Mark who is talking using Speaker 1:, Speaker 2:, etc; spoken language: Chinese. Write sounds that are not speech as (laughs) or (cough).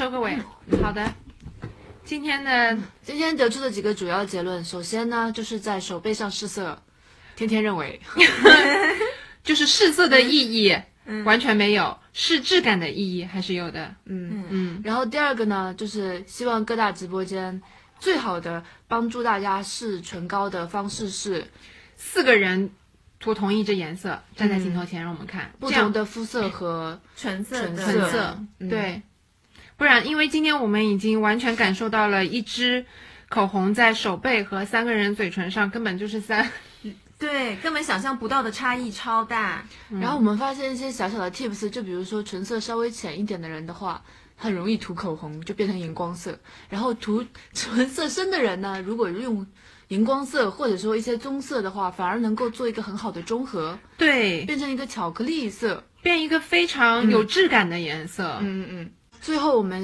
Speaker 1: 收
Speaker 2: (laughs)
Speaker 1: 个尾。好的，今天的
Speaker 2: 今天得出的几个主要结论，首先呢，就是在手背上试色， (laughs) 天天认为
Speaker 1: (laughs) 就是试色的意义完全没有，试质感的意义还是有的。
Speaker 2: 嗯
Speaker 1: 嗯，
Speaker 2: 然后第二个呢，就是希望各大直播间最好的帮助大家试唇膏的方式是
Speaker 1: 四个人涂同一支颜色，站在镜头前让我们看，
Speaker 2: 不
Speaker 1: 这样
Speaker 2: 同的肤色和
Speaker 3: 纯色的
Speaker 2: 纯
Speaker 1: 粉色，
Speaker 2: 嗯
Speaker 1: 对，不然因为今天我们已经完全感受到了一支口红在手背和三个人嘴唇上根本就是三，
Speaker 3: 对，根本想象不到的差异超大。
Speaker 2: 然后我们发现一些小小的 tips，就比如说唇色稍微浅一点的人的话，很容易涂口红就变成荧光色；然后涂唇色深的人呢，如果用荧光色或者说一些棕色的话，反而能够做一个很好的中和，
Speaker 1: (laughs) 对，
Speaker 2: 变成一个巧克力色。
Speaker 1: 变一个非常有质感的颜色。
Speaker 2: 嗯嗯。最后我们